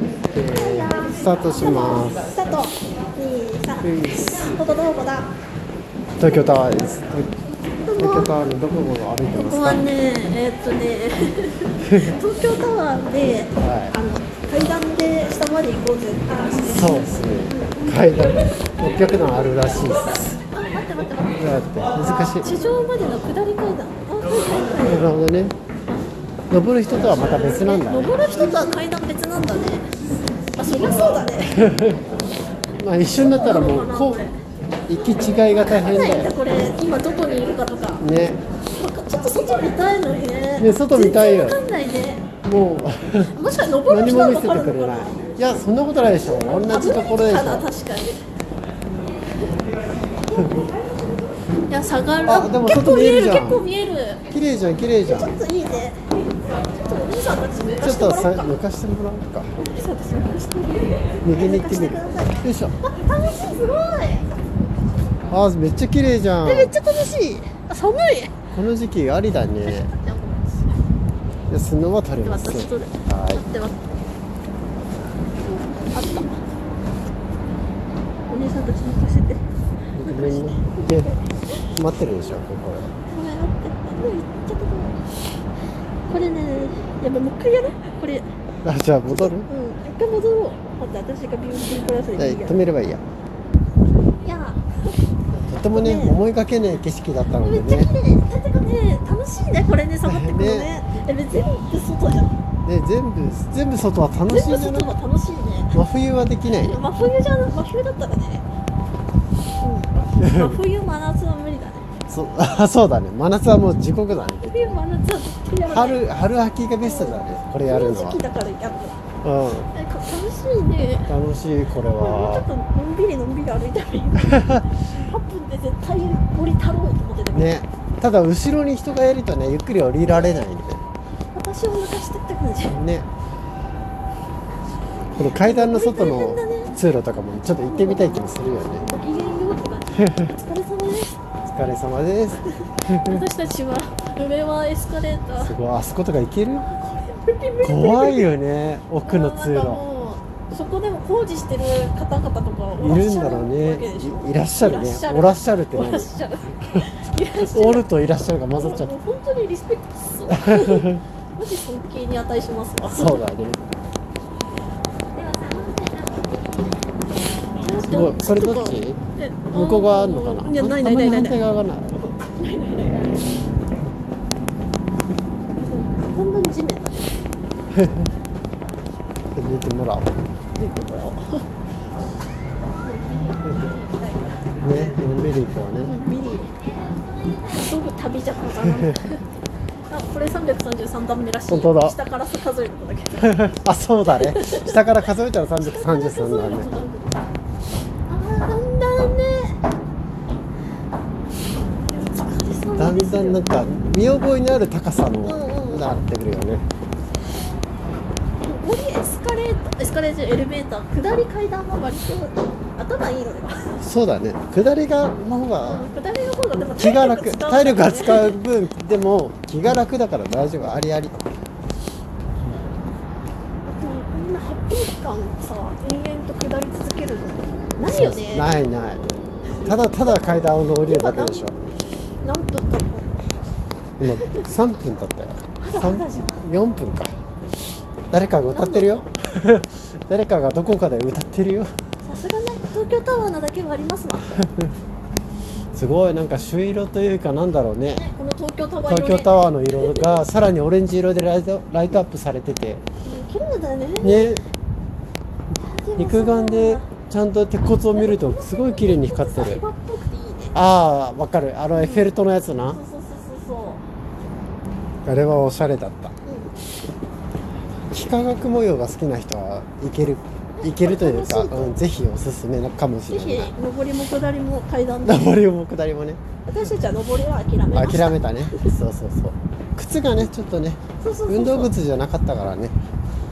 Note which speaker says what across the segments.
Speaker 1: えースタートします
Speaker 2: スタート二
Speaker 1: うん
Speaker 2: 三どこだどこだ
Speaker 1: 東京タワーです東
Speaker 2: こ
Speaker 1: 京タワーのどこを歩いて
Speaker 2: こ
Speaker 1: ま
Speaker 2: こ
Speaker 1: す
Speaker 2: は
Speaker 1: か
Speaker 2: ねえーっとね東京タワーで、
Speaker 1: はい
Speaker 2: あの階段で下まで行こうぜって話です
Speaker 1: そうですね階段600段あるらしいです
Speaker 2: あ待って待って待っ
Speaker 1: だって難しい
Speaker 2: て地上までの下り階段あはいはいは
Speaker 1: な
Speaker 2: い
Speaker 1: るほどね登る人とはまた別なんだね
Speaker 2: 登る人とは階段別なんだねあそりゃそうだね
Speaker 1: まあ一緒になったらもうこう行き違いが大変
Speaker 2: な
Speaker 1: だ
Speaker 2: い
Speaker 1: よ
Speaker 2: んだこれ今どこにいるかとか
Speaker 1: ね
Speaker 2: ちょっと外見たいのにね
Speaker 1: ね外見たいよ
Speaker 2: 全然わかんないね
Speaker 1: もう
Speaker 2: もしかして登る
Speaker 1: 何
Speaker 2: 人
Speaker 1: も
Speaker 2: は
Speaker 1: 見せ
Speaker 2: 分
Speaker 1: て
Speaker 2: かる
Speaker 1: く
Speaker 2: の
Speaker 1: れ
Speaker 2: か
Speaker 1: な
Speaker 2: ない
Speaker 1: いやそんなことないでしょ同じところでしょ
Speaker 2: 危ないかな確かにいや下がる
Speaker 1: あでも
Speaker 2: 結構見える
Speaker 1: 外見えるじゃん
Speaker 2: 結構見える
Speaker 1: 綺麗じゃん綺麗じゃん
Speaker 2: ちょっといいねちょっとお兄さんたち抜か
Speaker 1: ちょ
Speaker 2: し
Speaker 1: って
Speaker 2: も
Speaker 1: と
Speaker 2: らお
Speaker 1: さ
Speaker 2: うか
Speaker 1: 抜かしてもらおうか
Speaker 2: そうですね
Speaker 1: 右に行ってみる
Speaker 2: 抜かしてください
Speaker 1: よいしょ
Speaker 2: あ楽しいすごい
Speaker 1: あめっちゃ綺麗じゃん
Speaker 2: えめっちゃ楽しいあ寒い
Speaker 1: この時期ありだねいや砂は取れます
Speaker 2: 私取る
Speaker 1: は
Speaker 2: 待って待ってあったお姉さんたち抜かしてて
Speaker 1: い上にねで待ってるでしょここ
Speaker 2: ごめん待ってうん行っちゃったごめんこれねやばいもう一回やるこれ
Speaker 1: あじゃあ戻る
Speaker 2: うん、一回戻ろう。待って、私がビューティープラス
Speaker 1: いや
Speaker 2: でいいや。
Speaker 1: 止めればいいや
Speaker 2: いや、
Speaker 1: とてもね
Speaker 2: ね
Speaker 1: 思いがけない景色だったので
Speaker 2: めっちゃ
Speaker 1: ね
Speaker 2: 綺麗。だってかね、楽しいね、これね、下がってくるね。え、別に外じゃん。
Speaker 1: ね全部全部外は楽しい
Speaker 2: 全
Speaker 1: ん
Speaker 2: 部
Speaker 1: じゃ
Speaker 2: 外
Speaker 1: ない
Speaker 2: が楽しいね。
Speaker 1: 真冬はできないね
Speaker 2: 真冬じゃん、真冬だったらね。 うん、真冬、真夏は無理だね。
Speaker 1: そあそうだね真夏はもう地獄だね
Speaker 2: 真冬、真夏は絶対やばい。
Speaker 1: 春春秋がベストだねこれやるの
Speaker 2: この
Speaker 1: は
Speaker 2: 時期だからやっぱ。
Speaker 1: う
Speaker 2: え、か楽しいね。
Speaker 1: ん楽しいこれ
Speaker 2: もうちょっ
Speaker 1: は
Speaker 2: とのんびりのんびり歩いたらいい。8分で絶対降りたろうと思ってたけど。
Speaker 1: ねただ後ろに人がいるとねゆっくり降りられないんで
Speaker 2: 私を抜かしてった感じ。
Speaker 1: ねこの階段の外の通路とかもちょっと行ってみたい気もするよね
Speaker 2: ごきげんようとか。お疲れ様です。
Speaker 1: お疲れ様です
Speaker 2: 私たちは上はエスカレータ
Speaker 1: す
Speaker 2: ー。
Speaker 1: ごいあそことか行ける
Speaker 2: 無理無理
Speaker 1: 怖いよね奥の通
Speaker 2: なん
Speaker 1: 路
Speaker 2: かもうそこでも工事してる方々とかお
Speaker 1: い
Speaker 2: らっ
Speaker 1: るん
Speaker 2: しゃ
Speaker 1: だ
Speaker 2: る
Speaker 1: ろう
Speaker 2: わ
Speaker 1: ね
Speaker 2: けでしょ
Speaker 1: いいらっしゃるね
Speaker 2: いらっしゃる
Speaker 1: おらっしゃるって
Speaker 2: おらっ
Speaker 1: 何
Speaker 2: しゃる。いらっしゃる。
Speaker 1: おるといらっしゃるが混ざっちゃっ
Speaker 2: もう
Speaker 1: た
Speaker 2: 本当にリスペクトっすわ。マジ尊敬に値しますわ。
Speaker 1: そうだねすごいこれどっち
Speaker 2: え
Speaker 1: 向こう側あるのかない
Speaker 2: やないないないな
Speaker 1: あ
Speaker 2: いない。
Speaker 1: んまり反対側がない
Speaker 2: だんだん地面だね。
Speaker 1: 見てもらおう
Speaker 2: 出てもらおう。
Speaker 1: ねのんびり行こうね
Speaker 2: ミリすごく旅じゃござらないあこれ333段目らしい
Speaker 1: 本当だ
Speaker 2: 下から数えることだけ
Speaker 1: あそうだね下から数えたら333だね
Speaker 2: あーだんだんねお疲れ様です
Speaker 1: だんだんなんか見覚えのある高さ
Speaker 2: うんう
Speaker 1: の
Speaker 2: ん
Speaker 1: なってくるよね
Speaker 2: 上りエスカレーターエスカレーターエレベーター下り階段は割と頭いいのでは
Speaker 1: そうだね下りがの方が
Speaker 2: 下りの方がでも
Speaker 1: 気が 楽
Speaker 2: 使う
Speaker 1: 体力が使う分でも気が楽だから大丈夫ありあり
Speaker 2: でもこんな8分間さ延々と下り続けるのないよね
Speaker 1: ないないただただ階段を上りるだけでしょ
Speaker 2: なんとかも
Speaker 1: 今3分経ったよ
Speaker 2: まだまだじゃん
Speaker 1: 4分か誰かが歌ってる よ誰かがどこかで歌ってるよ
Speaker 2: さすがね東京タワーなだけはありますな、ね、
Speaker 1: すごいなんか朱色というかなんだろうね
Speaker 2: この東京タワー色、ね、
Speaker 1: 東京タワーの色がさらにオレンジ色でライトライトアップされてて
Speaker 2: うん綺麗だ
Speaker 1: ね
Speaker 2: ねでもさ
Speaker 1: 肉眼でちゃんと鉄骨を見るとすごい綺麗に光ってる
Speaker 2: 芝っぽくていいね
Speaker 1: ああわかるあのエッフェル塔のやつ
Speaker 2: そう
Speaker 1: な
Speaker 2: そうそうそう
Speaker 1: あれはおしゃれだった
Speaker 2: そう、うん、
Speaker 1: 幾何学模様が好きな人はいけるいけるというか、
Speaker 2: 楽しい
Speaker 1: うん、ぜひおすすめかもし
Speaker 2: ぜ
Speaker 1: れ
Speaker 2: ひ
Speaker 1: ない
Speaker 2: 上りも下りも階段で
Speaker 1: 上りも下りもね
Speaker 2: 私たちは上りは諦めました
Speaker 1: 諦めたねそうそうそう靴がねちょっとね
Speaker 2: そうそうそうそう
Speaker 1: 運動靴じゃなかったからね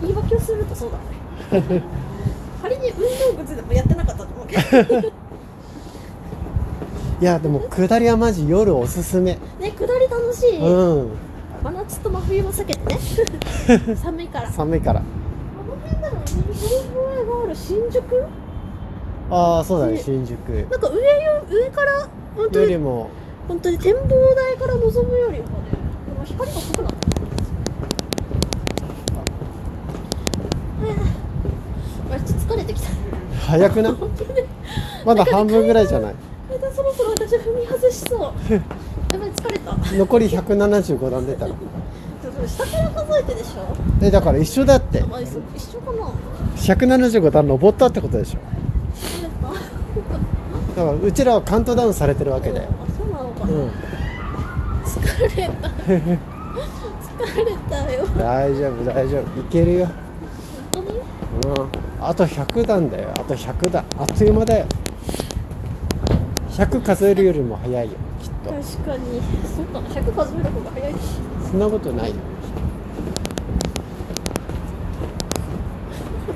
Speaker 2: 言い訳をするとそうだね仮に運動靴でもやってなかったと思うけ ど
Speaker 1: いやでも下りはマジ夜おすすめ
Speaker 2: ね下り楽しい、
Speaker 1: うん
Speaker 2: 真夏と真冬も避けてね寒いから
Speaker 1: 寒いから
Speaker 2: この辺だろうね。から新宿
Speaker 1: ああそうだね
Speaker 2: し
Speaker 1: 新宿
Speaker 2: なんか上よ上から本当
Speaker 1: より
Speaker 2: に
Speaker 1: も
Speaker 2: 本当に展望台から望むよりはねなんか光が濃くなってるああちょっと疲れてきた
Speaker 1: 早くな
Speaker 2: 本当に
Speaker 1: まだ半分ぐらいじゃない
Speaker 2: またそろそろ私踏み外しそうや ばい疲れた
Speaker 1: 残り175段出たら
Speaker 2: 下から数えてでしょ
Speaker 1: えだから一緒だって
Speaker 2: あそう一緒かな
Speaker 1: 175段登ったってことでしょ
Speaker 2: 疲れた
Speaker 1: だからうちらはカウントダウンされてるわけだよ
Speaker 2: あそうなのか
Speaker 1: う
Speaker 2: な、
Speaker 1: ん
Speaker 2: 疲れた疲れたよ
Speaker 1: 大丈夫大丈夫いけるよ
Speaker 2: 本当に
Speaker 1: うんあと100段だよあと100段あっという間だよ100数えるよりも早いよきっと
Speaker 2: 確かにそうかな100数える方が早いし
Speaker 1: そんなことないよ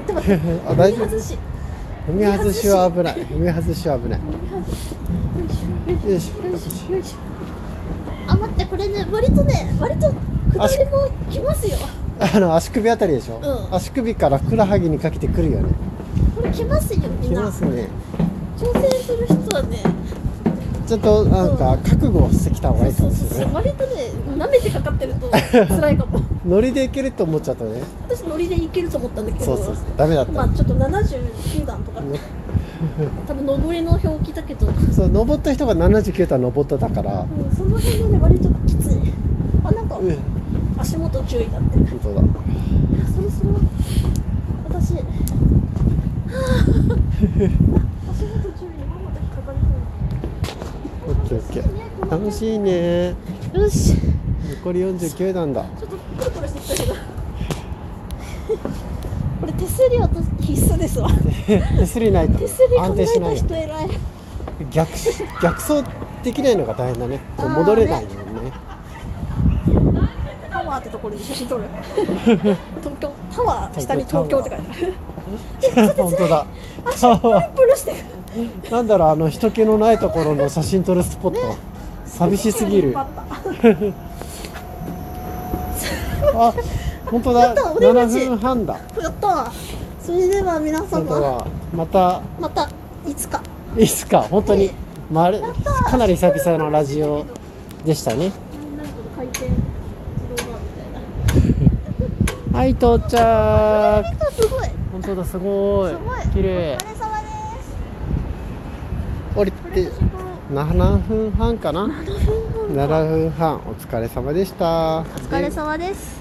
Speaker 2: でも踏
Speaker 1: あ大
Speaker 2: み
Speaker 1: 丈夫
Speaker 2: 外し
Speaker 1: 踏み外しは危ない踏み外しは危ない
Speaker 2: 踏み外しよいしょ
Speaker 1: よいしょ
Speaker 2: よいしょよいしょあ待ってこれね割とね割と下りもきますよ
Speaker 1: あの足首あたりでしょ、
Speaker 2: うん
Speaker 1: 足首からふくらはぎにかけてくるよね
Speaker 2: これ来ますよみ
Speaker 1: き
Speaker 2: んな
Speaker 1: ますね
Speaker 2: 挑戦する人はね
Speaker 1: ちょっとなんか覚悟をしてきた方がいいか
Speaker 2: そ
Speaker 1: も
Speaker 2: う
Speaker 1: し
Speaker 2: そう
Speaker 1: れ
Speaker 2: そ
Speaker 1: な
Speaker 2: う
Speaker 1: い
Speaker 2: 割とね舐めてかかってると辛いか も
Speaker 1: ノリでいけると思っちゃったね
Speaker 2: 私ノリでいけると思ったんだけど
Speaker 1: そうそうそうダメだった、
Speaker 2: まあちょっと79段とか
Speaker 1: ね
Speaker 2: 多分上りの表記だけど、う
Speaker 1: そう登った人が79段登っただから
Speaker 2: ん、その辺でね割ときついあなんか
Speaker 1: うん
Speaker 2: 足元注意だって
Speaker 1: 本当だ
Speaker 2: そろそろ 私はあ足元注意ママと引っかかり
Speaker 1: オッケーオッケー楽しいね
Speaker 2: そうよし
Speaker 1: 残り49段だ
Speaker 2: ちょっとプルプルしてきたけど これ手すり落とす必須ですわ
Speaker 1: 手すりないと
Speaker 2: 手すり考
Speaker 1: 安定
Speaker 2: え
Speaker 1: しな
Speaker 2: た
Speaker 1: いよ
Speaker 2: 人偉い
Speaker 1: 逆し逆走できないのが大変だねこう戻れないよね
Speaker 2: タワーってところで写真撮る 東京タワー下に東京って書いてある
Speaker 1: 本当だ
Speaker 2: 足プルプルしてる
Speaker 1: なんだろうあの人気のないところの写真撮るスポット 寂しす ぎる
Speaker 2: あった
Speaker 1: あ本当だ
Speaker 2: ちょっとお願
Speaker 1: 7
Speaker 2: いし
Speaker 1: 分半だ
Speaker 2: やったそれでは皆
Speaker 1: 本当
Speaker 2: 様
Speaker 1: はまた
Speaker 2: またいつか
Speaker 1: いつか本当に
Speaker 2: ね
Speaker 1: まるかなり久々のラジオでしたね
Speaker 2: なんか回転自動ドアみたいな
Speaker 1: はい到着
Speaker 2: あすごい
Speaker 1: 本当だすごい
Speaker 2: すごい
Speaker 1: 綺麗
Speaker 2: お疲れ様です
Speaker 1: 降り
Speaker 2: これ
Speaker 1: て
Speaker 2: 写真撮ろう
Speaker 1: 7分半かな
Speaker 2: 7分半
Speaker 1: 7分半お疲れ様でしたお
Speaker 2: お疲れ様です